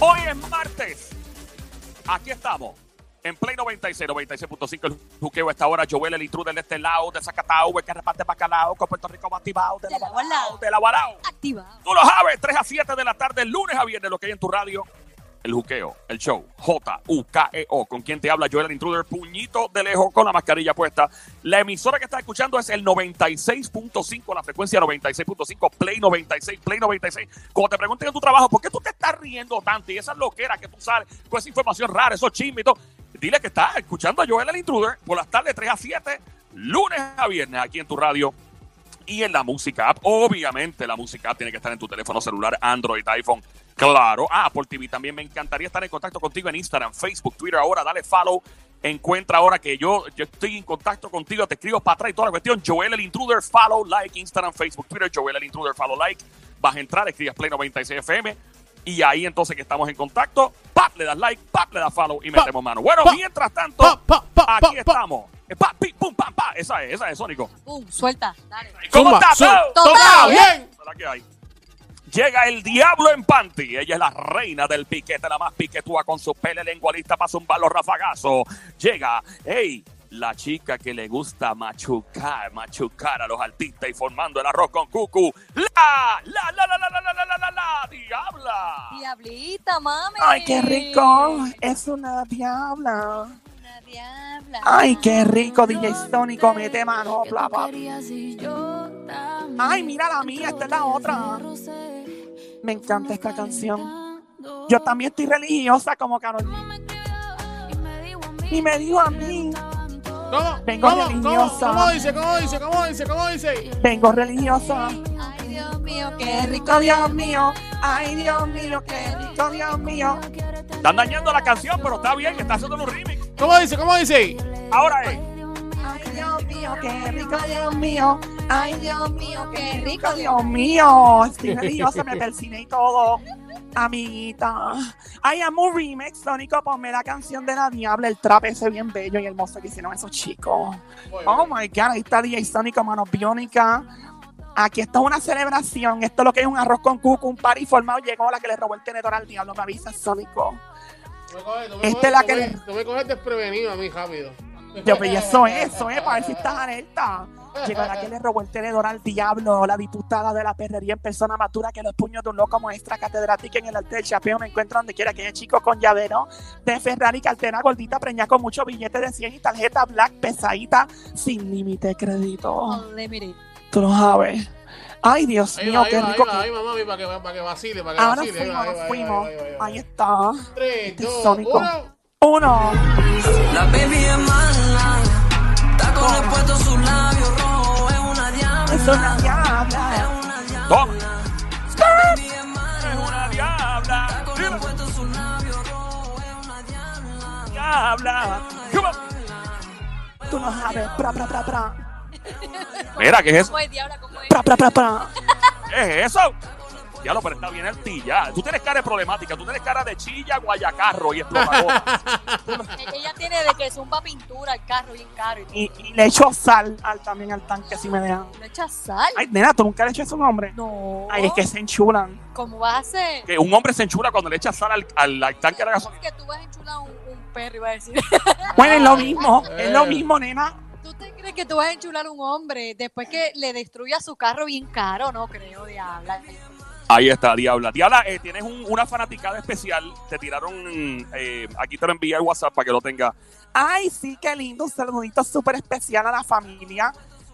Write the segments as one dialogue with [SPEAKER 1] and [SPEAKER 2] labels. [SPEAKER 1] Hoy es martes. Aquí estamos. En Play 96, 96.5, el juqueo a esta hora. Joel, el intruder de este lado, de Zacatau, el que reparte bacalao, con Puerto Rico activado, de
[SPEAKER 2] De
[SPEAKER 1] la
[SPEAKER 2] lado a
[SPEAKER 1] balao,
[SPEAKER 2] lado.
[SPEAKER 1] de la balao.
[SPEAKER 2] Activado.
[SPEAKER 1] Tú lo sabes, 3 a 7 de la tarde, lunes a viernes, lo que hay en tu radio. El juqueo, el show, J-U-K-E-O, E con quien te habla Joel el Intruder, puñito de lejos con la mascarilla puesta. La emisora que estás escuchando es el 96.5, la frecuencia 96.5, Play 96, Play 96. Cuando te pregunten en tu trabajo, ¿por qué tú te estás riendo tanto? Y esas loqueras que tú sales, con esa información rara, esos chismes y todo. Dile que estás escuchando a Joel el Intruder por las tardes 3 a 7, lunes a viernes, aquí en tu radio y en la música app. Obviamente, la música app tiene que estar en tu teléfono celular, Android, iPhone. Claro. Ah, por TV también. Me encantaría estar en contacto contigo en Instagram, Facebook, Twitter. Ahora, dale follow. Encuentra ahora que yo, yo estoy en contacto contigo. Te escribo para atrás y toda la cuestión. Joel el Intruder, follow, like, Instagram, Facebook, Twitter. Joel el Intruder, follow, like. Vas a entrar, escribas Play 96 FM. Y ahí entonces que estamos en contacto, ¡pap! le das like, ¡pap! le das follow y metemos mano. Bueno,
[SPEAKER 3] pa,
[SPEAKER 1] mientras tanto,
[SPEAKER 3] pa, pa, pa, pa,
[SPEAKER 1] aquí
[SPEAKER 3] pa.
[SPEAKER 1] estamos. Eh, pa, pi, pum, pam, pa. Esa es, esa es, Sónico.
[SPEAKER 2] Pum, suelta. Dale.
[SPEAKER 1] ¿Cómo
[SPEAKER 3] Zumba,
[SPEAKER 1] está
[SPEAKER 3] zumba.
[SPEAKER 1] todo?
[SPEAKER 2] Todo
[SPEAKER 3] Todo bien.
[SPEAKER 1] ¿Verdad que hay? Llega el diablo en panty. Ella es la reina del piquete, la más piquetúa con su pele lengualista para zumbar los rafagazos. Llega, hey, la chica que le gusta machucar, machucar a los artistas y formando el arroz con cucu. La, la, la, la, la, la, la, la, la, la, la, diabla.
[SPEAKER 2] Diablita, mami.
[SPEAKER 4] Ay, qué rico. Es una diabla.
[SPEAKER 2] Una diabla.
[SPEAKER 4] Ay, qué rico, DJ Sónico, mete mano, bla, bla. Ay, mira la mía, esta es la otra. Me encanta esta canción. Yo también estoy religiosa como Carol. Y me dijo a mí,
[SPEAKER 3] ¿Cómo?
[SPEAKER 4] Vengo
[SPEAKER 3] ¿Cómo? ¿Cómo?
[SPEAKER 4] religiosa.
[SPEAKER 3] ¿Cómo dice? ¿Cómo dice? ¿Cómo dice? ¿Cómo dice?
[SPEAKER 4] vengo religiosa.
[SPEAKER 2] Ay, Dios mío,
[SPEAKER 4] Qué
[SPEAKER 2] qué rico.
[SPEAKER 4] rico, Dios mío. Ay, Dios mío, qué rico, Dios mío.
[SPEAKER 1] Están dañando la canción, pero está bien, está haciendo un remix.
[SPEAKER 3] ¿Cómo dice? ¿Cómo dice?
[SPEAKER 1] Ahora es.
[SPEAKER 4] Ay, Dios mío, qué rico, Dios mío. Ay, Dios mío, qué rico, Dios mío. Estoy religiosa, me persiné y todo. Amiguita. Ay, amo un remix, Sónico, ponme la canción de la diabla, el trap ese bien bello y hermoso que hicieron esos chicos. Oh my God, ahí está DJ Sónico, manos biónica. Aquí está una celebración. Esto es lo que es un arroz con cuco, un party formado. Llegó la que le robó el tenedor al diablo, me avisa Sónico. Esta es Este la que le-
[SPEAKER 3] Tú me coges este desprevenido a mí, rápido.
[SPEAKER 4] Yo, pero eso es, eso es, para ver si estás alerta. Llegó la que le robó el tenedor al diablo, la diputada de la perrería en persona madura que los puños de un loco maestra catedrática en el arte del chapeo me encuentra donde quiera que haya chicos con llavero de Ferrari, cartera gordita, preñada con muchos billetes de 100 y tarjeta black pesadita sin límite de crédito.
[SPEAKER 2] Ole, mire.
[SPEAKER 4] Tú lo sabes. Ay, Dios
[SPEAKER 3] Ahí
[SPEAKER 4] mío,
[SPEAKER 3] va, ahí
[SPEAKER 4] qué
[SPEAKER 3] va, ahí
[SPEAKER 4] rico.
[SPEAKER 3] va, ahí va, mami, para que, para que vacile, para que
[SPEAKER 4] Ahora
[SPEAKER 3] vacile. ahí
[SPEAKER 4] fuimos,
[SPEAKER 3] va, ahí
[SPEAKER 4] nos
[SPEAKER 3] va, ahí va,
[SPEAKER 4] fuimos.
[SPEAKER 3] ahí va, ahí va.
[SPEAKER 4] Ahí está.
[SPEAKER 3] Tres,
[SPEAKER 4] Este
[SPEAKER 3] dos,
[SPEAKER 4] sónico.
[SPEAKER 3] uno.
[SPEAKER 4] Uno.
[SPEAKER 5] La baby es mala, está con expuesto sus labios rojos, es una diabla,
[SPEAKER 4] Es una diabla.
[SPEAKER 5] una diabla,
[SPEAKER 1] Tom,
[SPEAKER 5] baby es
[SPEAKER 1] es
[SPEAKER 5] mala,
[SPEAKER 1] una diabla.
[SPEAKER 5] está con
[SPEAKER 1] Dime,
[SPEAKER 5] expuesto sus labios rojos, es una diabla,
[SPEAKER 1] Diabla. Come on.
[SPEAKER 4] Tú lo sabes. Pra, pra, pra, pra.
[SPEAKER 1] Mira, ¿qué es eso?
[SPEAKER 2] ¿Cómo es, diabla? ¿Cómo es?
[SPEAKER 4] Pra, pra, pra, pra.
[SPEAKER 1] ¿Qué es eso? Ya lo, pero está bien el tilla. Tú tienes cara de problemática. Tú tienes cara de chilla, guayacarro y explotador.
[SPEAKER 2] Es que Ella tiene de que zumba pintura al carro bien caro y todo.
[SPEAKER 4] y, y le echo sal al, también al tanque si me dejan.
[SPEAKER 2] ¿No echas sal?
[SPEAKER 4] Ay, nena, tú nunca le echas a un hombre.
[SPEAKER 2] No.
[SPEAKER 4] Ay, es que se enchulan.
[SPEAKER 2] ¿Cómo vas a hacer?
[SPEAKER 1] que un hombre se enchura cuando le echa sal al, al, al tanque de la gasolina.
[SPEAKER 2] que tú vas a enchular un, un perro, iba a decir.
[SPEAKER 4] Bueno, es lo mismo, es lo
[SPEAKER 3] Eh.
[SPEAKER 4] mismo, nena.
[SPEAKER 2] ¿Tú te crees que tú vas a enchular a un hombre después que le destruya su carro bien caro? No creo, diabla.
[SPEAKER 1] Ahí está, Diabla. Diabla, eh, tienes un- una fanaticada especial. Te tiraron. eh, aquí te lo envié el WhatsApp para que lo tengas.
[SPEAKER 4] Ay, sí, qué lindo, un saludito súper especial a la familia.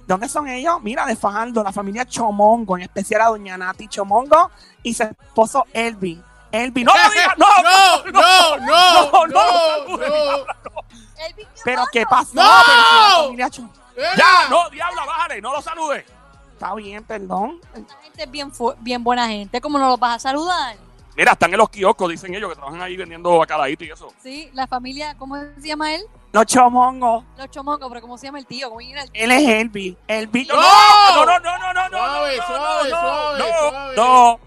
[SPEAKER 4] ¿Dónde son ellos? Mira, de Fajardo, la familia Chomongo, en especial a doña Nati Chomongo y su esposo Elvi. Elvi, no lo digas, no,
[SPEAKER 3] no, no, no, no, no, no,
[SPEAKER 2] Elvin, ¿qué
[SPEAKER 4] Pero
[SPEAKER 2] pasa?
[SPEAKER 4] qué pasó,
[SPEAKER 3] ¡No!
[SPEAKER 4] Pero si la familia Chom-
[SPEAKER 3] ¿Eh?
[SPEAKER 1] ¡Ya! ¡No, Diabla, bájale! ¡No lo saludes!
[SPEAKER 4] Está bien, perdón.
[SPEAKER 2] Esta gente es bien, fu- bien buena gente. ¿Cómo no los vas a saludar?
[SPEAKER 1] Mira, están en los kioscos, dicen ellos, que trabajan ahí vendiendo bacalaíto y eso.
[SPEAKER 2] Sí, la familia, ¿cómo se llama él?
[SPEAKER 4] Los Chomongos,
[SPEAKER 2] Los chomocos, pero ¿cómo se llama el tío? ¿Cómo era el tío?
[SPEAKER 4] él es Elvi. Elvi,
[SPEAKER 3] ¡No!
[SPEAKER 1] ¡No, no, no, no, no! no,
[SPEAKER 3] Suave,
[SPEAKER 1] no,
[SPEAKER 3] suave,
[SPEAKER 1] no,
[SPEAKER 3] suave,
[SPEAKER 1] no,
[SPEAKER 3] suave.
[SPEAKER 1] ¡No!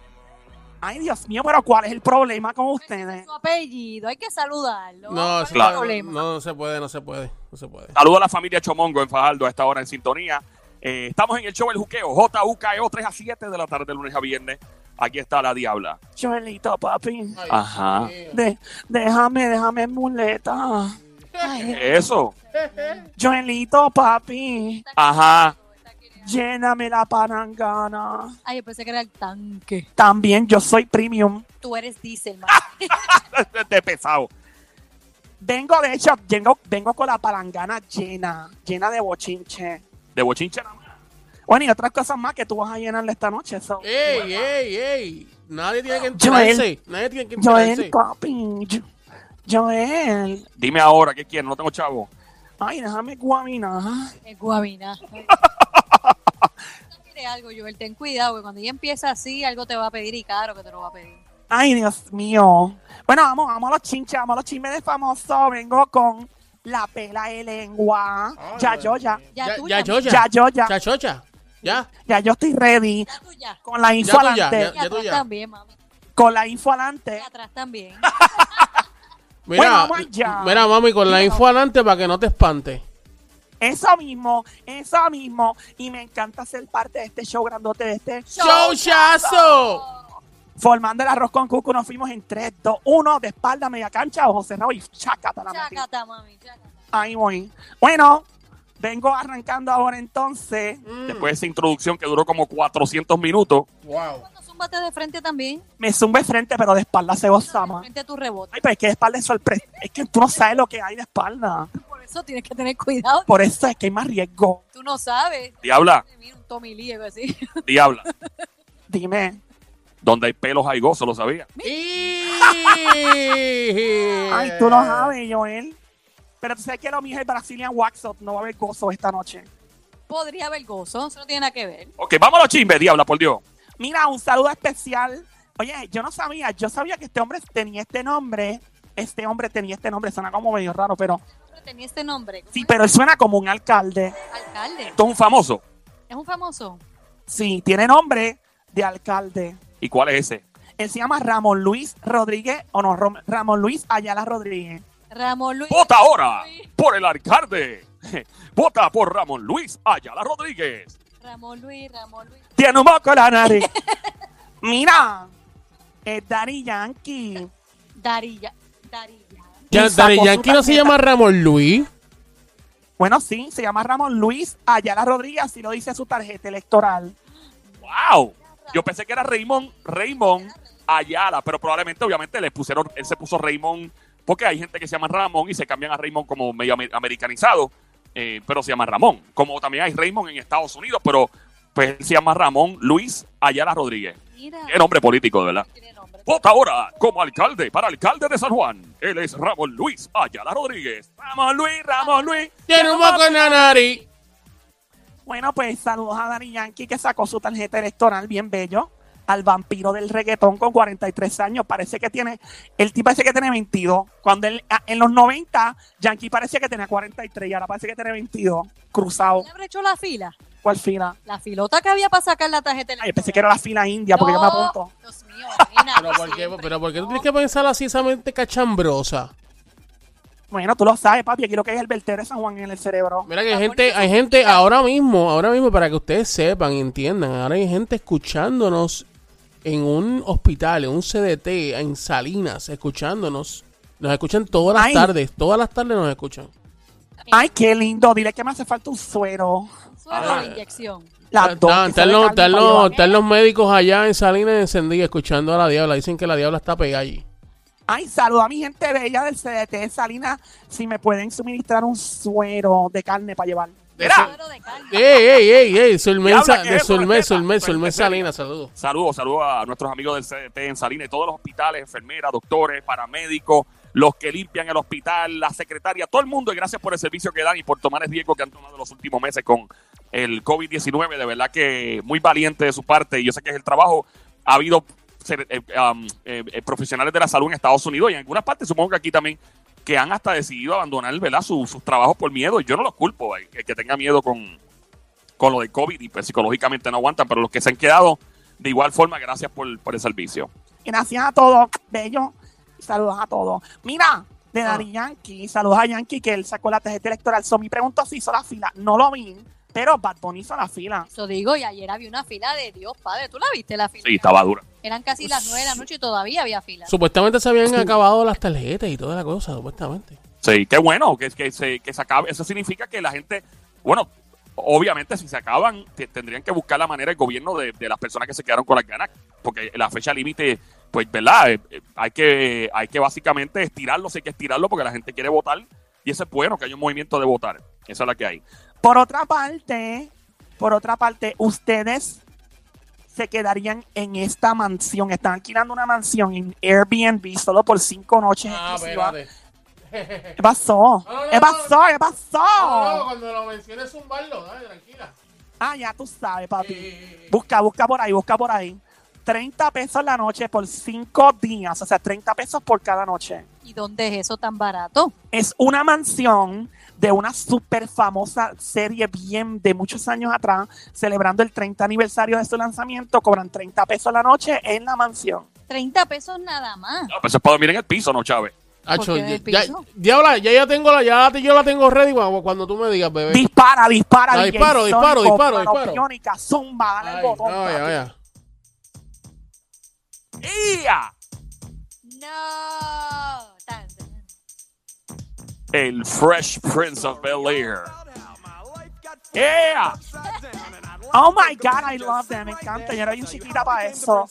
[SPEAKER 4] Ay, Dios mío, pero ¿cuál es el problema con
[SPEAKER 2] Ese es
[SPEAKER 4] ustedes?
[SPEAKER 2] Su apellido, hay que saludarlo.
[SPEAKER 3] No,
[SPEAKER 2] es
[SPEAKER 3] eso
[SPEAKER 1] Claro.
[SPEAKER 3] está-
[SPEAKER 2] problema.
[SPEAKER 3] no, no se puede, no se puede, no se puede.
[SPEAKER 1] Saludo a la familia Chomongo en Fajardo a esta hora en sintonía. Eh, estamos en el show El Juqueo, JUKEO, 3 E a 7 de la tarde, de lunes a viernes. Aquí está la Diabla.
[SPEAKER 4] Joelito, papi.
[SPEAKER 3] Ay,
[SPEAKER 1] Ajá.
[SPEAKER 3] Dios mío.
[SPEAKER 4] de- déjame, déjame en muleta.
[SPEAKER 2] Ay,
[SPEAKER 1] Eso.
[SPEAKER 4] Joelito, papi.
[SPEAKER 1] Ajá.
[SPEAKER 4] Lléname la parangana.
[SPEAKER 2] Ay, yo pensé que era el tanque. Ah,
[SPEAKER 4] También yo soy premium.
[SPEAKER 2] Tú eres diésel, man.
[SPEAKER 1] De pesado.
[SPEAKER 4] Vengo, de hecho, vengo, vengo con la palangana llena, llena de bochinche.
[SPEAKER 1] De bochinche nada más.
[SPEAKER 4] Bueno, y otras cosas más que tú vas a llenarle esta noche. So.
[SPEAKER 3] Ey, ey, ey. Nadie tiene que
[SPEAKER 4] Joel.
[SPEAKER 3] enterarse. Nadie tiene que
[SPEAKER 4] Joel,
[SPEAKER 3] enterarse.
[SPEAKER 4] papi. Jo- Joel.
[SPEAKER 1] Dime ahora, ¿qué quieres? No tengo chavo.
[SPEAKER 4] Ay, déjame guaminar.
[SPEAKER 2] Es guabina. Tiene algo, Joel, ten cuidado, que cuando ella empieza así, algo te va a pedir y caro que te lo va a pedir.
[SPEAKER 4] Ay, Dios mío. Bueno, vamos, vamos a los chinches, vamos a los chismes de famoso. Vengo con la pela de lengua.
[SPEAKER 3] Ay,
[SPEAKER 4] ya,
[SPEAKER 3] madre
[SPEAKER 4] yo, ya.
[SPEAKER 3] mía.
[SPEAKER 2] Ya
[SPEAKER 3] Ya,
[SPEAKER 2] tú,
[SPEAKER 3] ya,
[SPEAKER 2] ya.
[SPEAKER 3] yo, ya.
[SPEAKER 4] Ya, yo, ya.
[SPEAKER 3] Ya, yo, ya. Ya.
[SPEAKER 4] Ya yo estoy ready.
[SPEAKER 2] Ya tú ya.
[SPEAKER 4] Con la info
[SPEAKER 3] Ya tú, ya,
[SPEAKER 4] adelante.
[SPEAKER 2] Y atrás
[SPEAKER 3] tú ya.
[SPEAKER 2] también, mami.
[SPEAKER 4] Con la info
[SPEAKER 2] Y
[SPEAKER 4] adelante.
[SPEAKER 2] atrás también.
[SPEAKER 3] Mira,
[SPEAKER 4] Bueno, vamos allá.
[SPEAKER 3] mira, mami, con la info adelante para que no te espantes.
[SPEAKER 4] Eso mismo, eso mismo. Y me encanta ser parte de este show grandote de este.
[SPEAKER 3] ¡Showchazo!
[SPEAKER 4] Formando el arroz con cuco, nos fuimos en 3, 2, 1, de espalda, media cancha, ojo cerrado y chácata la metí.
[SPEAKER 2] Chacata, mami, chacata.
[SPEAKER 4] Ahí voy. Bueno, vengo arrancando ahora entonces.
[SPEAKER 3] Mm.
[SPEAKER 1] Después de esa introducción que duró como 400 minutos.
[SPEAKER 3] Wow.
[SPEAKER 2] Cuando zúmbate de frente también,
[SPEAKER 4] Me zumbo de frente, pero de espalda se goza
[SPEAKER 2] de
[SPEAKER 4] más.
[SPEAKER 2] frente tu rebote.
[SPEAKER 4] Ay, pero es que de espalda es sorpresa. Es que tú no sabes lo que hay de espalda.
[SPEAKER 2] Por eso tienes que tener cuidado.
[SPEAKER 4] Por eso es que hay más riesgo.
[SPEAKER 2] Tú no sabes.
[SPEAKER 1] Diabla,
[SPEAKER 2] Mira, un Tommy Lee, algo así.
[SPEAKER 1] diabla.
[SPEAKER 4] Dime.
[SPEAKER 1] Donde hay pelos hay gozo, lo sabía.
[SPEAKER 4] Ay, tú
[SPEAKER 3] Eh.
[SPEAKER 4] no sabes, Joel. Pero tú sabes que lo mío es el Brazilian Wax Up. No va a haber gozo esta noche.
[SPEAKER 2] Podría haber gozo, eso no tiene nada que ver.
[SPEAKER 1] Ok, vamos a los chismes, diabla, por Dios.
[SPEAKER 4] Mira, un saludo especial. Oye, yo no sabía, yo sabía que este hombre tenía este nombre. Este hombre tenía este nombre, suena como medio raro, pero
[SPEAKER 2] Hombre, Tenía este nombre. ¿Cómo
[SPEAKER 4] sí,
[SPEAKER 2] es?
[SPEAKER 4] pero él suena como un alcalde.
[SPEAKER 2] Alcalde.
[SPEAKER 1] Esto es un famoso.
[SPEAKER 2] Es un famoso.
[SPEAKER 4] Sí, tiene nombre de alcalde.
[SPEAKER 1] ¿Y cuál es ese?
[SPEAKER 4] Él se llama Ramón Luis Rodríguez, o no, Rom- Ramón Luis Ayala Rodríguez.
[SPEAKER 2] Ramón Luis.
[SPEAKER 1] Vota
[SPEAKER 3] oh.
[SPEAKER 1] ahora por el alcalde. Vota por Ramón Luis Ayala Rodríguez.
[SPEAKER 2] Ramón Luis, Ramón Luis.
[SPEAKER 4] Tiene un moco en la nariz. Mira, es Daddy Yankee.
[SPEAKER 2] Darilla. Darilla.
[SPEAKER 3] Ya,
[SPEAKER 4] Y sacó
[SPEAKER 3] Daddy
[SPEAKER 4] su
[SPEAKER 3] Yankee no se
[SPEAKER 4] tarjeta.
[SPEAKER 3] llama Ramón Luis.
[SPEAKER 4] Bueno, sí, se llama Ramón Luis Ayala Rodríguez, así lo dice su tarjeta electoral.
[SPEAKER 1] ¡Wow! Yo pensé que era Raymond, Raymond Ayala, pero probablemente, obviamente, le pusieron, él se puso Raymond, porque hay gente que se llama Ramón y se cambian a Raymond como medio amer- americanizado, eh, pero se llama Ramón. Como también hay Raymond en Estados Unidos, pero pues él se llama Ramón Luis Ayala Rodríguez.
[SPEAKER 2] Mira.
[SPEAKER 1] Qué nombre político, de verdad.
[SPEAKER 2] Tiene nombre.
[SPEAKER 1] Vota ahora como alcalde para alcalde de San Juan. Él es Ramón Luis Ayala Rodríguez. Ramón Luis, Ramón Luis.
[SPEAKER 3] Tiene un moco en la nariz.
[SPEAKER 4] Bueno, pues saludos a Daddy Yankee que sacó su tarjeta electoral, bien bello. Al vampiro del reggaetón con 43 años. Parece que tiene. El tipo parece que tiene 22. Cuando él, a- en los 90, Yankee parecía que tenía 43 y ahora parece que tiene 22. Cruzado.
[SPEAKER 2] ¿Le habrá hecho la fila?
[SPEAKER 4] ¿Cuál fila?
[SPEAKER 2] La filota que había para sacar la tarjeta.
[SPEAKER 4] Ay, yo pensé que era la fila india porque yo me apunto.
[SPEAKER 2] Dios mío, nena,
[SPEAKER 3] Pero ¿por qué,
[SPEAKER 2] siempre.
[SPEAKER 3] pero ¿por qué tú tienes que pensar así esa mente cachambrosa?
[SPEAKER 4] Bueno, tú lo sabes, papi. Aquí lo que hay es el vertedero de San Juan en el cerebro.
[SPEAKER 3] Mira que hay
[SPEAKER 2] Ramón
[SPEAKER 3] gente,
[SPEAKER 2] Luis
[SPEAKER 3] hay gente ahora mismo, ahora mismo para que ustedes sepan y entiendan, ahora hay gente escuchándonos en un hospital, en un CDT, en Salinas, escuchándonos. Nos escuchan todas las
[SPEAKER 4] Ay.
[SPEAKER 3] tardes, todas las tardes nos escuchan.
[SPEAKER 4] Ay, qué lindo. Dile que me hace falta un suero.
[SPEAKER 2] Suero
[SPEAKER 1] Ah.
[SPEAKER 2] de inyección.
[SPEAKER 4] Las dos.
[SPEAKER 3] Están
[SPEAKER 4] que
[SPEAKER 3] están
[SPEAKER 4] se
[SPEAKER 3] los,
[SPEAKER 4] le
[SPEAKER 3] están
[SPEAKER 4] calma
[SPEAKER 3] los-
[SPEAKER 4] para llevar.
[SPEAKER 3] están los médicos allá en Salinas encendidos escuchando a la diabla. Dicen que la diabla está pegada allí.
[SPEAKER 4] Ay, saluda a mi gente bella del CDT de Salinas. Si me pueden suministrar un suero de carne para llevar.
[SPEAKER 1] Mira.
[SPEAKER 2] Suero de
[SPEAKER 3] ¡Ey,
[SPEAKER 2] carne.
[SPEAKER 3] ey, ey, ey! Solmén,
[SPEAKER 1] Diabla,
[SPEAKER 3] Sa-
[SPEAKER 1] ¿qué
[SPEAKER 3] de
[SPEAKER 1] es eso?
[SPEAKER 3] Solmén,
[SPEAKER 1] Respeta,
[SPEAKER 3] Solmén,
[SPEAKER 1] respeta.
[SPEAKER 3] Solmén Salinas, saludos.
[SPEAKER 1] Saludos, saludos a nuestros amigos del CDT en Salinas, y todos los hospitales, enfermeras, doctores, paramédicos, los que limpian el hospital, la secretaria, todo el mundo. Y gracias por el servicio que dan y por tomar el riesgo que han tomado los últimos meses con el COVID-19. De verdad que muy valiente de su parte. Y yo sé que es el trabajo. Ha habido ser- eh, um, eh, eh, profesionales de la salud en Estados Unidos y en algunas partes, supongo que aquí también, que han hasta decidido abandonar ¿verdad? Su- sus trabajos por miedo. Y yo no los culpo. El el que tenga miedo con, con lo del COVID y pues, psicológicamente no aguantan, pero los que se han quedado, de igual forma, gracias por, por el servicio.
[SPEAKER 4] Gracias a todos, bello. Saludos a todos. Mira, de
[SPEAKER 3] Ah.
[SPEAKER 4] Dari Yankee, saludos a Yankee que él sacó la tarjeta electoral. So, mi pregunta si hizo la fila. No lo vi, entero, Bad Bunny hizo la fila.
[SPEAKER 2] Eso digo, y ayer había una fila de Dios, padre. ¿Tú la viste la fila?
[SPEAKER 1] Sí, estaba dura.
[SPEAKER 2] Eran casi las nueve de la noche y todavía había fila.
[SPEAKER 3] Supuestamente se habían acabado las tarjetas y toda la cosa, supuestamente.
[SPEAKER 1] Sí, qué bueno que, que, se, que se acabe. Eso significa que la gente, bueno, obviamente si se acaban, te- tendrían que buscar la manera el gobierno de, de las personas que se quedaron con las ganas, porque la fecha límite, pues, ¿verdad? Eh, eh, hay, que, hay que básicamente estirarlo, si hay que estirarlo porque la gente quiere votar y eso es bueno, que hay un movimiento de votar. Esa es la que hay.
[SPEAKER 4] Por otra parte, por otra parte, ustedes se quedarían en esta mansión. Están alquilando una mansión en Airbnb solo por cinco noches.
[SPEAKER 3] Ah,
[SPEAKER 4] exclusivas. ¿Qué pasó?
[SPEAKER 3] No, no,
[SPEAKER 4] ¿Qué
[SPEAKER 3] no.
[SPEAKER 4] pasó? ¿Qué pasó?
[SPEAKER 3] cuando lo menciones un barlo, dale, tranquila.
[SPEAKER 4] Ah, ya tú sabes, papi.
[SPEAKER 3] Eh.
[SPEAKER 4] Busca, busca por ahí, busca por ahí. 30 pesos la noche por 5 días, o sea, 30 pesos por cada noche.
[SPEAKER 2] ¿Y dónde es eso tan barato?
[SPEAKER 4] Es una mansión de una súper famosa serie bien de muchos años atrás, celebrando el 30 aniversario de su lanzamiento, cobran 30 pesos la noche en la mansión.
[SPEAKER 2] 30 pesos nada más.
[SPEAKER 1] No, pero Pues eso es para dormir en el piso, ¿no, Chávez?
[SPEAKER 3] Acho,
[SPEAKER 2] qué en el
[SPEAKER 3] ya,
[SPEAKER 2] piso?
[SPEAKER 3] diabla, ya, ya tengo la, ya te- yo la tengo ready cuando, cuando tú me digas, bebé.
[SPEAKER 4] Dispara, dispara,
[SPEAKER 3] Ah,
[SPEAKER 4] DJ
[SPEAKER 3] disparo,
[SPEAKER 4] Sónico,
[SPEAKER 3] disparo, disparo,
[SPEAKER 4] mano
[SPEAKER 3] disparo.
[SPEAKER 4] Biónica, zumba, dale el
[SPEAKER 3] Ay,
[SPEAKER 4] botón.
[SPEAKER 3] no,
[SPEAKER 4] papi.
[SPEAKER 3] ya, ya.
[SPEAKER 1] ¡Ea!
[SPEAKER 2] No. Tan, tan.
[SPEAKER 1] El Fresh Prince of Bel Air. ¡Ea!
[SPEAKER 4] Oh my God, I love them, me encanta. Yo era bien chiquita para eso.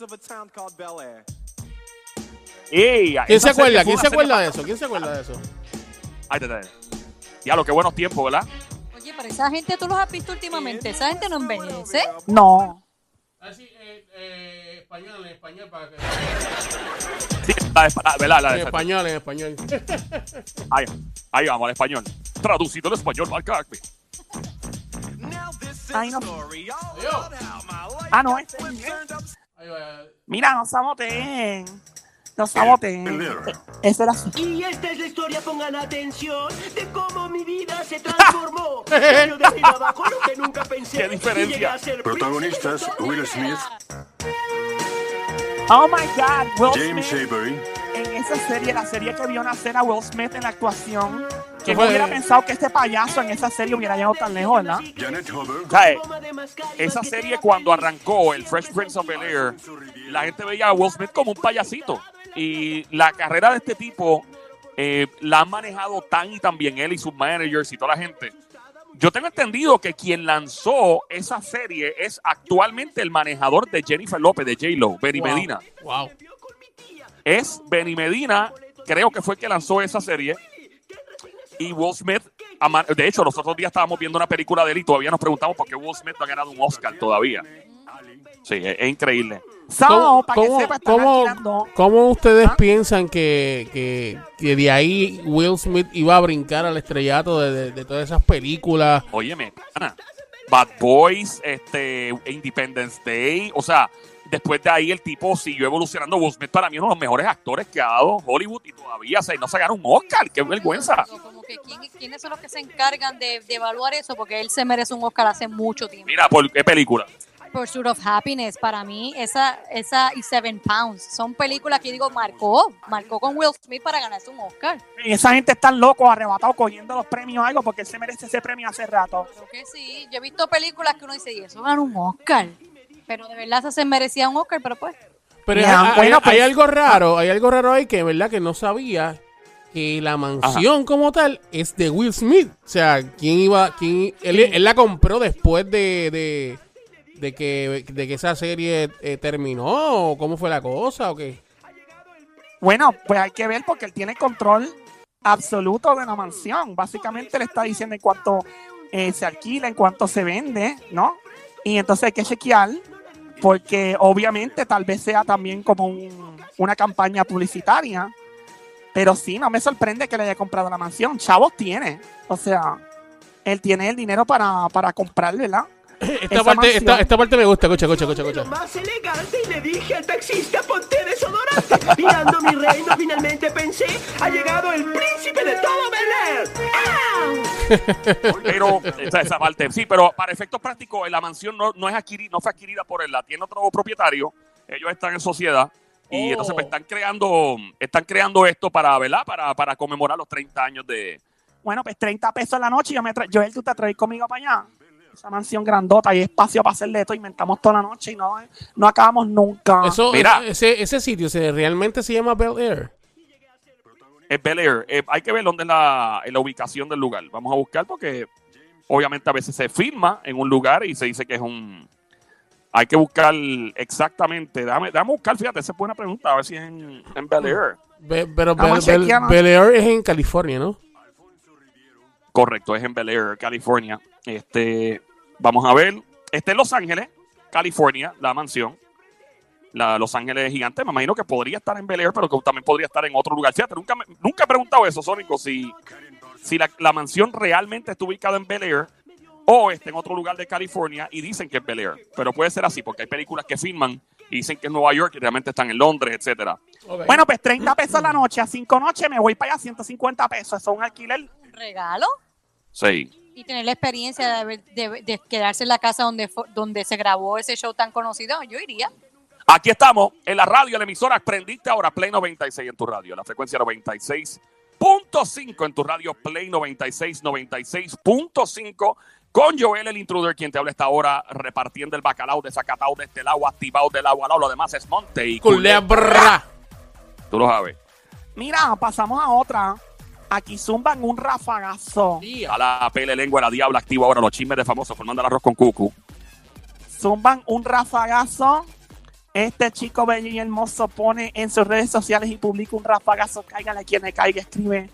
[SPEAKER 1] ¡Ea!
[SPEAKER 3] ¿Quién se
[SPEAKER 1] Esa serie fue
[SPEAKER 3] acuerda? ¿Quién
[SPEAKER 1] una serie
[SPEAKER 3] se acuerda de eso? ¿Quién se acuerda de eso?
[SPEAKER 1] Ahí está, ahí está. Diablo, qué buenos tiempos, ¿verdad?
[SPEAKER 2] Oye, pero esa gente tú los has visto últimamente. Esa gente no envejece.
[SPEAKER 4] No.
[SPEAKER 3] Así, eh, español, en español, para que...
[SPEAKER 1] Sí, la de- la- ¿verdad? La de-
[SPEAKER 3] En español, en español.
[SPEAKER 1] ahí, ahí vamos, al español. Traducido al español, Mark Acme.
[SPEAKER 4] Ay, no.
[SPEAKER 3] Adiós.
[SPEAKER 4] Ah, no, este es
[SPEAKER 3] Ahí va.
[SPEAKER 4] Mira, no saboteen. No saboteen. Ese era su-
[SPEAKER 6] Y esta es la historia, pongan atención, de cómo mi vida se transformó. Yo de arriba abajo lo que nunca pensé.
[SPEAKER 1] Qué diferencia.
[SPEAKER 6] Y llegué a ser
[SPEAKER 1] Ah.
[SPEAKER 7] Protagonistas
[SPEAKER 6] príncipe de
[SPEAKER 7] Will Smith,
[SPEAKER 4] Oh my God, Will
[SPEAKER 7] James
[SPEAKER 4] Smith.
[SPEAKER 7] Avery,
[SPEAKER 4] En esa serie, la serie que vio nacer a Will Smith en la actuación. Que
[SPEAKER 3] fue-
[SPEAKER 4] hubiera pensado que este payaso en esa serie hubiera llegado tan lejos, ¿verdad?
[SPEAKER 7] Janet Huber,
[SPEAKER 1] sea, eh,
[SPEAKER 6] Toma de mascar y
[SPEAKER 1] Esa
[SPEAKER 6] más que
[SPEAKER 1] serie
[SPEAKER 6] te
[SPEAKER 1] cuando
[SPEAKER 6] aprendes,
[SPEAKER 1] arrancó el
[SPEAKER 6] siempre
[SPEAKER 1] Fresh Prince of Bel Air, la gente
[SPEAKER 7] ve
[SPEAKER 1] veía a Will Smith como un payasito. Y la carrera de este tipo eh, la han manejado tan y tan bien él y sus managers y toda la gente. Yo tengo entendido que quien lanzó esa serie es actualmente el manejador de Jennifer López, de J-Lo, Benny
[SPEAKER 3] Wow.
[SPEAKER 1] Medina.
[SPEAKER 3] Wow.
[SPEAKER 1] Es Benny Medina, creo que fue el que lanzó esa serie. Y Will Smith, ama- de hecho, los otros días estábamos viendo una película de él y todavía nos preguntamos por qué Will Smith no ha ganado un Oscar todavía. Sí, es, es increíble.
[SPEAKER 4] So,
[SPEAKER 3] ¿Cómo,
[SPEAKER 4] para que
[SPEAKER 3] cómo-
[SPEAKER 4] sepa, están alquilando.
[SPEAKER 3] cómo, cómo ustedes piensan que, que, que de ahí Will Smith iba a brincar al estrellato de, de- de todas esas películas?
[SPEAKER 1] Óyeme, pana, Bad Boys, este, Independence Day, o sea, después de ahí el tipo siguió evolucionando. Will Smith para mí es uno de los mejores actores que ha dado Hollywood y todavía se, no se ganó un Oscar. ¡Qué vergüenza!
[SPEAKER 2] Como que ¿quién- ¿Quiénes son los que se encargan de, de evaluar eso? Porque él se merece un Oscar hace mucho tiempo.
[SPEAKER 1] Mira, ¿por qué película?
[SPEAKER 2] Pursuit of Happiness, para mí, esa, esa y Seven Pounds son películas que yo digo, marcó, marcó con Will Smith para ganarse un Oscar.
[SPEAKER 4] Y esa gente está loco, arrebatado, cogiendo los premios o algo porque él se merece ese premio hace rato.
[SPEAKER 2] Creo que sí. Yo he visto películas que uno dice, y eso ganó un Oscar. Pero de verdad esa se merecía un Oscar, pero pues.
[SPEAKER 3] Pero
[SPEAKER 4] Ya,
[SPEAKER 3] hay, hay-
[SPEAKER 4] bueno, pues-
[SPEAKER 3] hay algo raro, hay algo raro ahí que, ¿verdad? Que no sabía que la mansión como tal es de Will Smith. O sea, ¿quién iba, quién, él, él la compró después de, de, de que, de que esa serie eh, terminó? ¿O cómo fue la cosa? ¿O qué?
[SPEAKER 4] Bueno, pues hay que ver porque él tiene control absoluto de la mansión. Básicamente le está diciendo en cuánto eh, se alquila, en cuánto se vende, ¿no? Y entonces hay que chequear porque obviamente tal vez sea también como un- una campaña publicitaria. Pero sí, no me sorprende que le haya comprado la mansión. Chavos tiene. O sea, él tiene el dinero para, para comprar, ¿verdad?
[SPEAKER 3] Esta
[SPEAKER 4] Esa
[SPEAKER 3] parte,
[SPEAKER 4] mansión.
[SPEAKER 3] esta, esta parte me gusta, cocha, cocha, cocha,
[SPEAKER 6] de
[SPEAKER 3] cocha.
[SPEAKER 6] lo más elegante y le dije al taxista ponte desodorante mirando mi reino finalmente pensé ha llegado el príncipe de todo Bel Air ¡Ah!
[SPEAKER 1] Pero, esa, esa parte, sí, pero para efectos prácticos, eh, la mansión no, no es adquiri- no fue adquirida por él, la tiene otro propietario, ellos están en sociedad. Y
[SPEAKER 3] Oh.
[SPEAKER 1] entonces pues, están creando están creando esto para, ¿verdad? Para, para conmemorar los 30 años de...
[SPEAKER 4] Bueno, pues 30 pesos la noche. Yo me tra- Joel, ¿tú te atreves conmigo para allá? esa mansión grandota y espacio para hacer de todo, inventamos toda la noche y no, eh, no acabamos nunca.
[SPEAKER 3] Eso,
[SPEAKER 1] Mira.
[SPEAKER 3] Ese, ese sitio se, realmente se llama Bel Air.
[SPEAKER 1] Es Bel Air. Eh, hay que ver dónde es la, es la ubicación del lugar. Vamos a buscar porque obviamente a veces se filma en un lugar y se dice que es un... Hay que buscar exactamente. Dame, dame buscar, fíjate, esa es buena pregunta. A ver si es en, en Bel Air.
[SPEAKER 3] Be- pero Bel,
[SPEAKER 4] Vamos a
[SPEAKER 3] Bel-
[SPEAKER 4] chequearnos.
[SPEAKER 3] Bel Air es en California, ¿no?
[SPEAKER 1] Correcto, es en Bel Air, California. Este, vamos a ver. Este es Los Ángeles, California, la mansión. La Los Ángeles gigante. Me imagino que podría estar en Bel Air, pero que también podría estar en otro lugar. Fíjate, nunca, me- nunca he preguntado eso, Sónico, si, si la, la mansión realmente está ubicada en Bel Air o está en otro lugar de California y dicen que es Bel Air. Pero puede ser así, porque hay películas que filman y dicen que es Nueva York y realmente están en Londres, etcétera.
[SPEAKER 4] Bueno, pues 30 pesos la noche, a 5 noches me voy para allá, 150 pesos, eso es un alquiler.
[SPEAKER 2] Un regalo
[SPEAKER 1] Sí.
[SPEAKER 2] y tener la experiencia de, haber- de- de quedarse en la casa donde, fue- donde se grabó ese show tan conocido, yo iría.
[SPEAKER 1] Aquí estamos en la radio, en la emisora. Prendiste ahora Play 96 en tu radio. La frecuencia 96.5 en tu radio Play 96, 96.5. Con Joel, el intruder, quien te habla esta hora, repartiendo el bacalao, desacatado de este lado, activado del agua al lado. Lo demás es monte y
[SPEAKER 3] Culebra.
[SPEAKER 1] culebra. Tú lo sabes.
[SPEAKER 4] Mira, pasamos a otra. Aquí zumban un rafagazo.
[SPEAKER 1] A la pele lengua, la diabla activa ahora los chismes de famosos formando el arroz con cucu.
[SPEAKER 4] Zumban un rafagazo. Este chico bello y hermoso pone en sus redes sociales y publica un rafagazo. Cáigale a quien le caiga, escribe.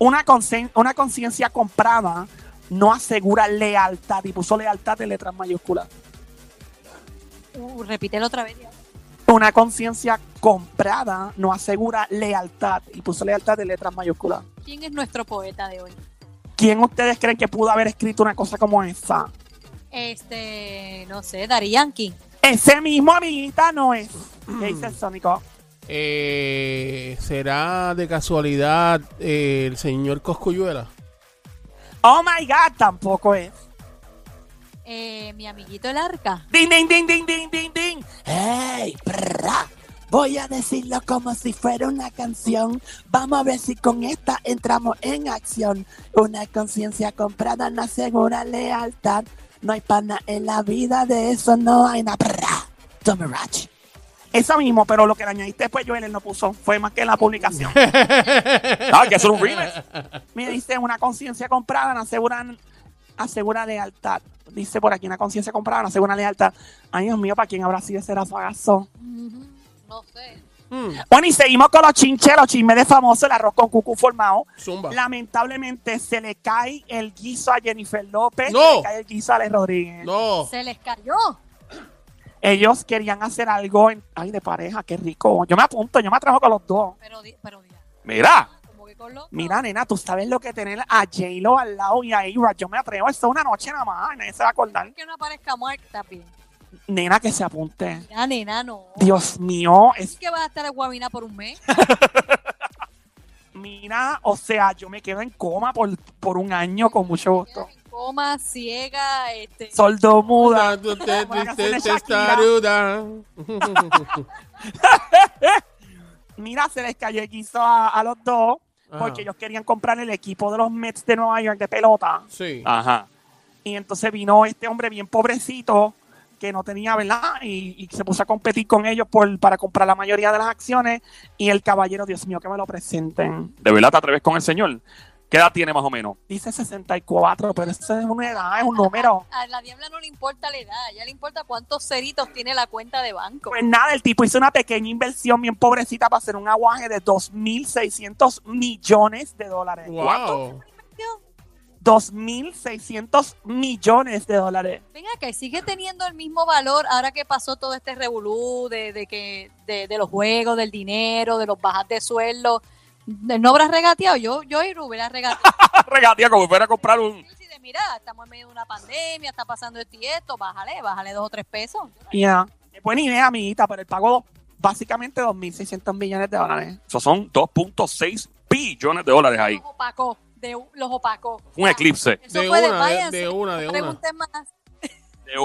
[SPEAKER 4] Una, conscien- una conciencia comprada no asegura lealtad. Y puso lealtad en letras mayúsculas.
[SPEAKER 2] Uh, repítelo otra vez. ya.
[SPEAKER 4] Una conciencia comprada no asegura lealtad. Y puso lealtad en letras mayúsculas.
[SPEAKER 2] ¿Quién es nuestro poeta de hoy?
[SPEAKER 4] ¿Quién ustedes creen que pudo haber escrito una cosa como esa?
[SPEAKER 2] Este, no sé, Dari Yankee.
[SPEAKER 4] Ese mismo amiguita no es. ¿Qué dice el Sónico?
[SPEAKER 3] Eh, ¿Será de casualidad eh, el señor Coscuyuela?
[SPEAKER 4] Oh my God, tampoco es.
[SPEAKER 2] Eh, mi amiguito el arca.
[SPEAKER 4] Ding, ding, ding, ding, ding, ding, ding. ¡Hey, perra! Voy a decirlo como si fuera una canción. Vamos a ver si con esta entramos en acción. Una conciencia comprada no asegura lealtad. No hay pana en la vida, de eso no hay una perra. Tommy Rach. Esa mismo, pero lo que le añadiste después Joel él no puso. Fue más que la publicación.
[SPEAKER 1] Ah, que eso es un remix.
[SPEAKER 4] Me dice una conciencia comprada, no aseguran, asegura lealtad. Dice por aquí una conciencia comprada, no asegura lealtad. Ay, Dios mío, ¿para quién habrá sido ese rafagazo?
[SPEAKER 2] Ujú, No sé.
[SPEAKER 3] Mm,
[SPEAKER 4] Bueno, y seguimos con los chinches, los chismes de famoso, el arroz con cucú formado.
[SPEAKER 3] zumba.
[SPEAKER 4] Lamentablemente se le cae el guiso a Jennifer López,
[SPEAKER 3] No.
[SPEAKER 4] se le cae el guiso a Ale Rodríguez.
[SPEAKER 3] No.
[SPEAKER 2] Se les cayó.
[SPEAKER 4] Ellos querían hacer algo en- ay, de pareja, qué rico. Yo me apunto, yo me atrajo con los dos.
[SPEAKER 2] Pero, di- pero di-
[SPEAKER 1] Mira,
[SPEAKER 2] como que con los
[SPEAKER 4] Mira, nena, tú sabes lo que tener a J-Lo al lado y a A-Rod. Yo me atrevo, eso es una noche nada más, nadie se va a acordar.
[SPEAKER 2] que no aparezca Mark también.
[SPEAKER 4] Nena, que se apunte.
[SPEAKER 2] Mira, nena, no.
[SPEAKER 4] Dios mío,
[SPEAKER 2] ¿Y
[SPEAKER 4] es,
[SPEAKER 2] que vas a estar en Guabina por un mes?
[SPEAKER 4] mira, o sea, yo me quedo en coma por, por un año con mucho gusto.
[SPEAKER 2] En coma, ciega, este.
[SPEAKER 4] Soldomuda.
[SPEAKER 3] Te- te- te-
[SPEAKER 4] Como la
[SPEAKER 3] te-
[SPEAKER 4] canción de
[SPEAKER 3] te-
[SPEAKER 4] Shakira.
[SPEAKER 3] taruda.
[SPEAKER 4] Mira, se les cayó el guiso a, a los dos
[SPEAKER 3] Ah.
[SPEAKER 4] porque ellos querían comprar el equipo de los Mets de Nueva York de pelota.
[SPEAKER 3] Sí.
[SPEAKER 1] ajá.
[SPEAKER 4] Y entonces vino este hombre bien pobrecito que no tenía, ¿verdad? Y, y se puso a competir con ellos por, para comprar la mayoría de las acciones. Y el caballero, Dios mío, que me lo presenten.
[SPEAKER 1] De verdad te atreves con el señor. ¿Qué edad tiene más o menos?
[SPEAKER 4] Dice 64, pero eso es una edad, es un número.
[SPEAKER 2] A la diabla no le importa la edad, ya le importa cuántos ceritos tiene la cuenta de banco.
[SPEAKER 4] Pues nada, el tipo hizo una pequeña inversión bien pobrecita para hacer un aguaje de 2.600 millones de dólares.
[SPEAKER 3] Wow.
[SPEAKER 4] 2.600 millones de dólares.
[SPEAKER 2] Venga, que sigue teniendo el mismo valor ahora que pasó todo este revolú de, de que de, de los juegos, del dinero, de los bajas de sueldo. ¿No habrás regateado? Yo, yo y hubiera regateado.
[SPEAKER 1] Regatía como si fuera a comprar un.
[SPEAKER 2] Sí, de, mira, estamos en medio de una pandemia, está pasando esto y esto, bájale, bájale dos o tres pesos.
[SPEAKER 4] Ya. Es Buena idea, amiguita, pero él pagó básicamente 2.600 millones de dólares.
[SPEAKER 1] Eso son 2.6 billones de dólares ahí.
[SPEAKER 2] Los opacó, de, los opacó.
[SPEAKER 1] Un eclipse.
[SPEAKER 2] Eso
[SPEAKER 3] De
[SPEAKER 2] fue de,
[SPEAKER 3] una, de-
[SPEAKER 2] váyanse,
[SPEAKER 3] de una, de
[SPEAKER 2] no
[SPEAKER 3] una.
[SPEAKER 2] pregunten más.
[SPEAKER 1] Eh,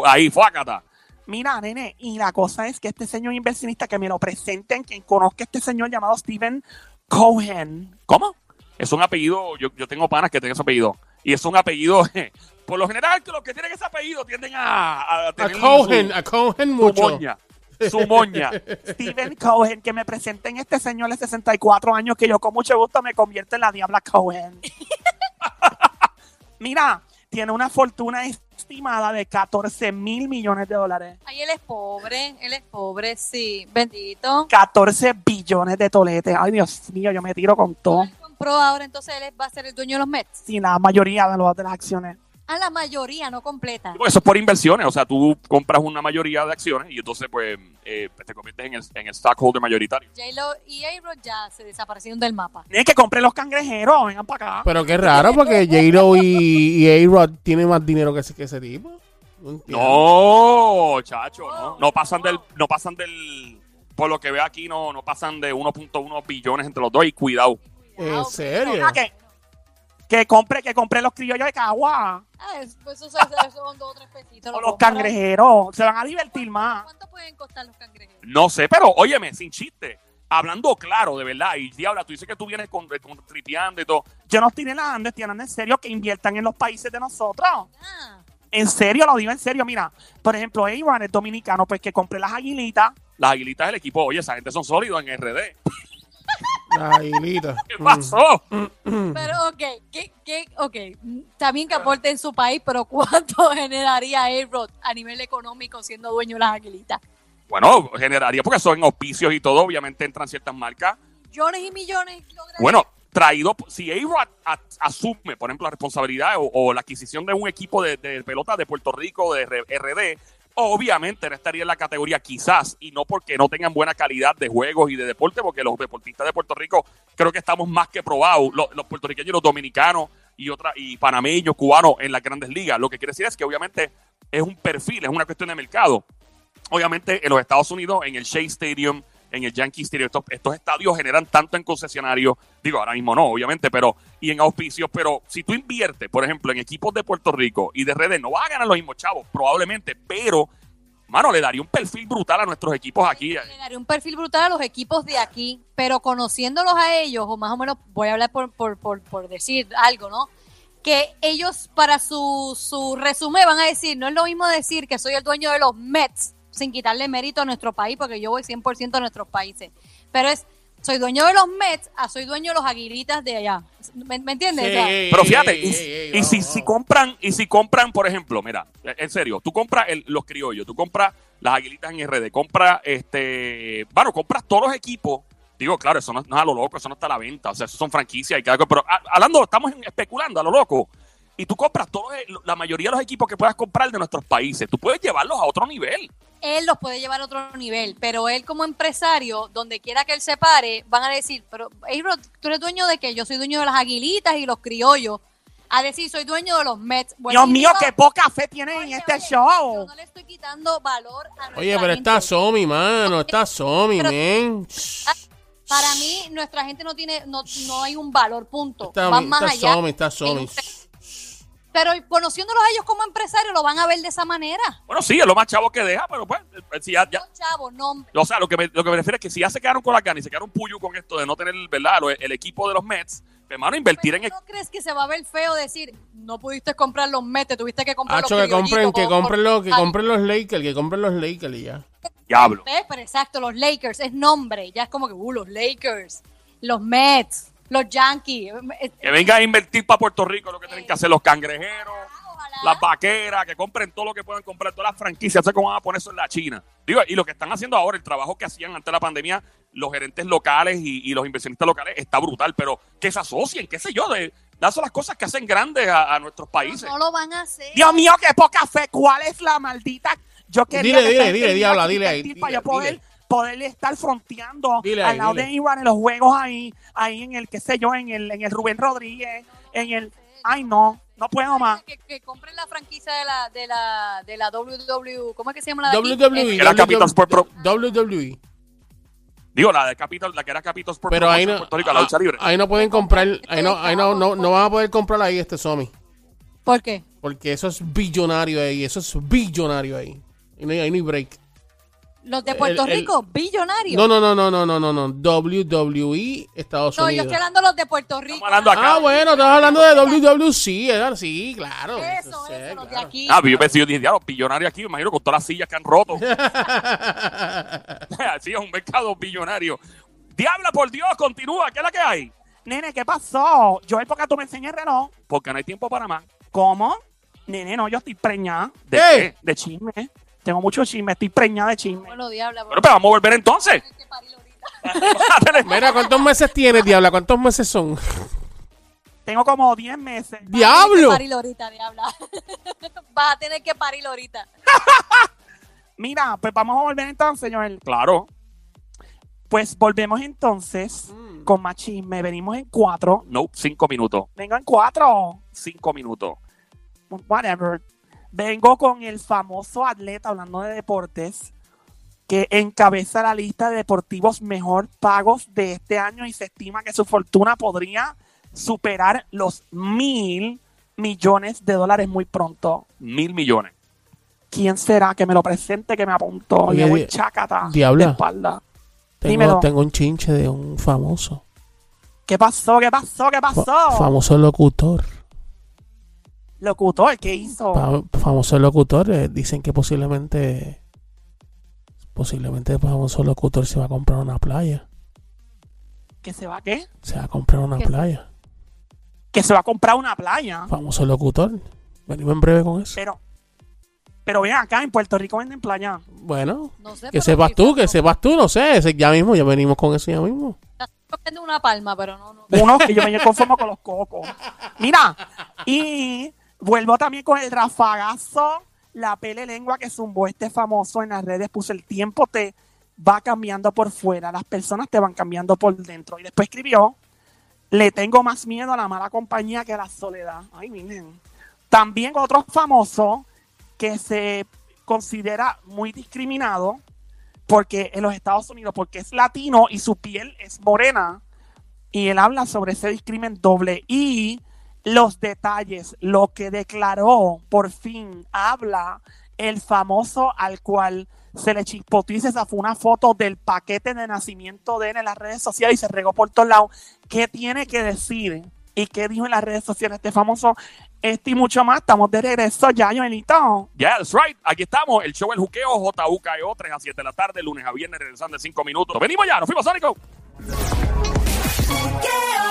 [SPEAKER 1] Ahí, fuácata.
[SPEAKER 4] Mira, nene, y la cosa es que este señor inversionista, que me lo presenten, quien conozca a este señor llamado Steven Cohen.
[SPEAKER 1] ¿Cómo? Es un apellido, yo, yo tengo panas que tienen ese apellido. Y es un apellido. je, Por lo general, que los que tienen ese apellido tienden a, a
[SPEAKER 3] A
[SPEAKER 1] tener
[SPEAKER 3] Cohen,
[SPEAKER 1] su-
[SPEAKER 3] a Cohen
[SPEAKER 1] su,
[SPEAKER 3] mucho.
[SPEAKER 1] moña. Su moña.
[SPEAKER 4] Steven Cohen, que me presenten este señor de 64 años que yo con mucho gusto me convierto en la diabla Cohen. Mira, tiene una fortuna estimada de 14 mil millones de dólares.
[SPEAKER 2] Ay, él es pobre, él es pobre, sí. Bendito.
[SPEAKER 4] 14 billones de toletes. Ay, Dios mío, yo me tiro con todo.
[SPEAKER 2] Él compró ahora, entonces él va a ser el dueño de los Mets.
[SPEAKER 4] Sin la mayoría de, los- de las acciones.
[SPEAKER 2] A la mayoría, no completa.
[SPEAKER 1] Eso es por inversiones. O sea, tú compras una mayoría de acciones y entonces, pues, eh, te conviertes en el, en el stockholder mayoritario.
[SPEAKER 2] J-Lo y a ya se desaparecieron del mapa.
[SPEAKER 4] Ni que compren los cangrejeros, vengan para acá.
[SPEAKER 3] Pero qué raro, porque J-Lo y, y A-Rod tienen más dinero que ese, que ese tipo. No, entiendo.
[SPEAKER 1] No, chacho, no. No pasan del. No pasan del por lo que veo aquí, no, no pasan de 1.1 billones entre los dos y cuidado.
[SPEAKER 3] ¿En serio?
[SPEAKER 4] Ah, que, que compre, que compre los criollos de Cagua.
[SPEAKER 2] Ah, es- pues eso, eso son dos o tres pesitos.
[SPEAKER 4] O
[SPEAKER 2] lo
[SPEAKER 4] los
[SPEAKER 2] compran.
[SPEAKER 4] cangrejeros. Se van a divertir más.
[SPEAKER 2] ¿Cuánto pueden costar los cangrejeros?
[SPEAKER 1] No sé, pero óyeme, sin chiste. Hablando claro, de verdad. Y diabla, tú dices que tú vienes con, con- triteando y todo.
[SPEAKER 4] Yo no estoy negando, estoy hablando en serio que inviertan en los países de nosotros.
[SPEAKER 2] Ah,
[SPEAKER 4] En serio, lo digo en serio. Mira, por ejemplo, Iván es dominicano, pues que compré las aguilitas.
[SPEAKER 1] Las aguilitas del equipo, oye, esa gente son sólidos en RD.
[SPEAKER 3] La hilita.
[SPEAKER 1] ¿Qué pasó?
[SPEAKER 4] Mm.
[SPEAKER 2] pero ok, ¿qué, qué, ok. mm, También que aporte en su país, pero ¿cuánto generaría A-Rod a nivel económico siendo dueño de las aguilitas?
[SPEAKER 1] Bueno, generaría porque son auspicios y todo. Obviamente entran ciertas marcas.
[SPEAKER 2] Millones y millones. logra-
[SPEAKER 1] Bueno, traído, si a asume, por ejemplo, la responsabilidad o, o la adquisición de un equipo de, de pelota de Puerto Rico, de R- RD, obviamente no estaría en la categoría quizás, y no porque no tengan buena calidad de juegos y de deporte, porque los deportistas de Puerto Rico creo que estamos más que probados, lo- los, puertorriqueños, los dominicanos y otra, y panameños, cubanos en las grandes ligas. Lo que quiere decir es que obviamente es un perfil, es una cuestión de mercado obviamente en los Estados Unidos, en el Shea Stadium, en el Yankee Stadium, estos, estos estadios generan tanto en concesionarios, digo ahora mismo no, obviamente, pero y en auspicios, pero si tú inviertes, por ejemplo, en equipos de Puerto Rico y de redes, no vas a ganar los mismos chavos, probablemente, pero, mano, le daría un perfil brutal a nuestros equipos aquí.
[SPEAKER 2] Le daré un perfil brutal a los equipos de aquí, pero conociéndolos a ellos, o más o menos voy a hablar por, por, por, por decir algo, ¿no? Que ellos para su, su resumen van a decir, no es lo mismo decir que soy el dueño de los Mets, sin quitarle mérito a nuestro país, porque yo voy 100% a nuestros países, pero es, soy dueño de los Mets, a soy dueño de los aguilitas de allá. ¿Me, me entiendes? O sea,
[SPEAKER 1] Pero fíjate, y, y si, si compran, y si compran, por ejemplo, mira, eh, en serio, tú compras el- los criollos, tú compras las aguilitas en RD, compras este, bueno, compras todos los equipos. Digo, claro, eso no, no es a lo loco, eso no está a la venta, o sea, eso son franquicias y cada cosa, pero a- hablando, estamos en- especulando a lo loco. Y tú compras todos, eh, la mayoría de los equipos que puedas comprar de nuestros países, tú puedes llevarlos a otro nivel.
[SPEAKER 2] él los puede llevar a otro nivel, pero él como empresario, donde quiera que él se pare, van a decir, pero Abrod, tú eres dueño de qué? Yo soy dueño de las aguilitas y los criollos. A decir, soy dueño de los Mets.
[SPEAKER 4] Dios mío, qué
[SPEAKER 2] que
[SPEAKER 4] poca fe tienen en este
[SPEAKER 2] Yo
[SPEAKER 4] show.
[SPEAKER 2] no le estoy quitando valor a
[SPEAKER 3] Oye,
[SPEAKER 2] nuestra
[SPEAKER 3] pero
[SPEAKER 2] gente.
[SPEAKER 3] está Somi, mano. Está Somi,
[SPEAKER 2] Pero-
[SPEAKER 3] men.
[SPEAKER 2] Para mí, nuestra gente no tiene, no, no hay un valor, punto.
[SPEAKER 3] Está,
[SPEAKER 2] Van más
[SPEAKER 3] está
[SPEAKER 2] allá.
[SPEAKER 3] Somi, está Somi.
[SPEAKER 2] Pero conociéndolos a ellos como empresarios, lo van a ver de esa manera.
[SPEAKER 1] Bueno, sí, es lo más chavo que deja, pero pues, eh, si ya, ya-
[SPEAKER 2] No, chavo, no,
[SPEAKER 1] O sea, lo que, me, lo que me refiero es que si ya se quedaron con las ganas y se quedaron puyo con esto de no tener, ¿verdad? lo- El, equipo de los Mets, pues, hermano, invertir en
[SPEAKER 2] Pero ¿No crees que se va a ver feo decir no pudiste comprar los Mets, te tuviste que comprar
[SPEAKER 3] Hacho,
[SPEAKER 2] los
[SPEAKER 3] que compren,
[SPEAKER 2] criollitos
[SPEAKER 3] que
[SPEAKER 2] por-
[SPEAKER 3] compren los, que
[SPEAKER 2] Ah,
[SPEAKER 3] compren los Lakers, que compren los Lakers y ya.
[SPEAKER 1] Diablo.
[SPEAKER 2] ¿ves? Pero exacto, los Lakers es nombre, ya es como que uh, los Lakers, los Mets, los Yankees. eh,
[SPEAKER 1] Que venga a invertir para Puerto Rico lo que tienen que hacer los cangrejeros,
[SPEAKER 2] Ojalá.
[SPEAKER 1] las vaqueras, que compren todo lo que puedan comprar, todas las franquicias, sé cómo van a poner eso en la China. Digo, y lo que están haciendo ahora, el trabajo que hacían antes de la pandemia, los gerentes locales y, y los inversionistas locales, está brutal, pero que se asocien, qué sé yo, de, esas son las cosas que hacen grandes a, a nuestros países.
[SPEAKER 2] No lo van a hacer.
[SPEAKER 4] Dios mío, qué poca fe. ¿Cuál es la maldita? Yo quería
[SPEAKER 3] Dile,
[SPEAKER 4] que
[SPEAKER 3] dile,
[SPEAKER 4] esta
[SPEAKER 3] dile,
[SPEAKER 4] gente
[SPEAKER 3] diabla,
[SPEAKER 4] viniera
[SPEAKER 3] dile
[SPEAKER 4] aquí
[SPEAKER 3] ahí,
[SPEAKER 4] invertir Para
[SPEAKER 3] dile,
[SPEAKER 4] yo poder,
[SPEAKER 3] dile.
[SPEAKER 4] poder estar fronteando
[SPEAKER 3] Dile ahí,
[SPEAKER 4] al lado
[SPEAKER 3] dile.
[SPEAKER 4] de Iván en los juegos ahí, ahí en el, qué sé yo, en el, en el Rubén Rodríguez, en el. Ay, no, no puedo más.
[SPEAKER 2] Que, que compren la franquicia de la, de la, de la WW, ¿cómo es que se llama la de aquí? Eh,
[SPEAKER 3] WWE.
[SPEAKER 1] Era Capital Sport Pro.
[SPEAKER 3] WWE.
[SPEAKER 1] Digo, la de Capital, la que era Capital Sport
[SPEAKER 3] E. Pero ahí
[SPEAKER 1] Promotion en
[SPEAKER 3] no, ah,
[SPEAKER 1] Puerto Rico, la lucha libre.
[SPEAKER 3] ahí no pueden comprar, ahí no, ahí no, no, no van a poder comprar ahí este Somi.
[SPEAKER 2] ¿Por qué?
[SPEAKER 3] Porque eso es billonario ahí, eso es billonario ahí. Y no hay, ahí no hay break.
[SPEAKER 2] Los de Puerto
[SPEAKER 3] El- el-
[SPEAKER 2] Rico, billonarios.
[SPEAKER 3] No, no, no, no, no, no, no, no. WWE Estados
[SPEAKER 2] No, yo
[SPEAKER 3] Unidos.
[SPEAKER 2] estoy hablando de los de Puerto Rico.
[SPEAKER 1] Estamos hablando acá.
[SPEAKER 3] Ah, bueno, estás hablando de WWC, ¿verdad? Sí, claro.
[SPEAKER 2] Eso,
[SPEAKER 3] sé,
[SPEAKER 2] eso, los de
[SPEAKER 3] claro.
[SPEAKER 2] aquí.
[SPEAKER 1] Ah, yo pensé, yo dije, ya, los billonarios aquí, me imagino con todas las sillas que han roto. sí, es un mercado billonario. Diabla, por Dios, continúa, ¿qué es la que hay?
[SPEAKER 4] Nene, ¿qué pasó? Yo, porque tú me enseñas el reloj.
[SPEAKER 1] Porque no hay tiempo para más.
[SPEAKER 4] ¿Cómo? Nene, no, yo estoy preñada
[SPEAKER 1] ¿De
[SPEAKER 3] ¡Ey!
[SPEAKER 1] qué?
[SPEAKER 4] de chisme. Tengo mucho chisme, estoy preñada de chisme.
[SPEAKER 2] Bueno, diabla,
[SPEAKER 1] Bueno, pero vamos a volver entonces.
[SPEAKER 2] tienes que parir ahorita.
[SPEAKER 3] Mira, ¿cuántos meses tienes, Diabla? ¿Cuántos meses son?
[SPEAKER 4] Tengo como 10 meses.
[SPEAKER 2] Tienes que
[SPEAKER 3] ¡Diablo!
[SPEAKER 2] parir ahorita, diabla. Vas a tener que parir ahorita.
[SPEAKER 4] Mira, pues vamos a volver entonces, Joel.
[SPEAKER 1] Claro.
[SPEAKER 4] Pues volvemos entonces con más chisme. Venimos en cuatro.
[SPEAKER 1] No, cinco minutos.
[SPEAKER 4] Vengo en cuatro.
[SPEAKER 1] Cinco minutos.
[SPEAKER 4] Whatever. Vengo con el famoso atleta, hablando de deportes, que encabeza la lista de deportivos mejor pagos de este año y se estima que su fortuna podría superar los mil millones de dólares muy pronto.
[SPEAKER 1] Mil millones.
[SPEAKER 4] ¿Quién será que me lo presente, que me apuntó?
[SPEAKER 3] Oye,
[SPEAKER 4] Yo voy
[SPEAKER 3] di-
[SPEAKER 4] chácata
[SPEAKER 3] Diabla.
[SPEAKER 4] de espalda.
[SPEAKER 3] Tengo,
[SPEAKER 4] Dímelo.
[SPEAKER 3] tengo un chinche de un famoso.
[SPEAKER 4] ¿Qué pasó? ¿Qué pasó? ¿Qué
[SPEAKER 3] Fa-
[SPEAKER 4] pasó?
[SPEAKER 3] famoso locutor.
[SPEAKER 4] Locutor, ¿qué hizo?
[SPEAKER 2] Oh.
[SPEAKER 3] Pa- famoso locutor. eh, dicen que posiblemente. Posiblemente el famoso locutor se va a comprar una playa.
[SPEAKER 4] ¿Que se va a qué?
[SPEAKER 3] Se va a comprar una
[SPEAKER 2] ¿Qué?
[SPEAKER 3] playa.
[SPEAKER 4] Que se va a comprar una playa.
[SPEAKER 3] Famoso locutor. Venimos en breve con eso.
[SPEAKER 4] Pero, pero ven acá, en Puerto Rico venden playa.
[SPEAKER 3] Bueno,
[SPEAKER 2] No sé,
[SPEAKER 3] que
[SPEAKER 2] pero
[SPEAKER 3] sepas
[SPEAKER 2] sí,
[SPEAKER 3] tú, que
[SPEAKER 2] pero-
[SPEAKER 3] sepas tú, no sé. ese- Ya mismo, ya venimos con eso ya mismo.
[SPEAKER 2] Prende una palma, pero no, no.
[SPEAKER 4] Uno que yo me conformo con los cocos. Mira, y vuelvo también con el rafagazo, la pele lengua que zumbó este famoso en las redes. Puso el tiempo te va cambiando por fuera, las personas te van cambiando por dentro. Y después escribió, le tengo más miedo a la mala compañía que a la soledad. Ay, miren. También otro famoso que se considera muy discriminado porque en los Estados Unidos, porque es latino y su piel es morena y él habla sobre ese discrimen doble y los detalles, lo que declaró, por fin habla el famoso al cual se le chispoteó y se zafó "Ah, una foto del paquete de nacimiento de él en las redes sociales y se regó por todos lados. ¿Qué tiene que decir? ¿Y qué dijo en las redes sociales este famoso? Este y mucho más. Estamos de regreso ya, Joelito.
[SPEAKER 1] Yeah, that's right. Aquí estamos. El show El Juqueo, JUKEO, 3 E a 7 de la tarde, lunes a viernes, regresando en cinco minutos. Venimos ya, nos fuimos, Sónico.
[SPEAKER 5] Juqueo.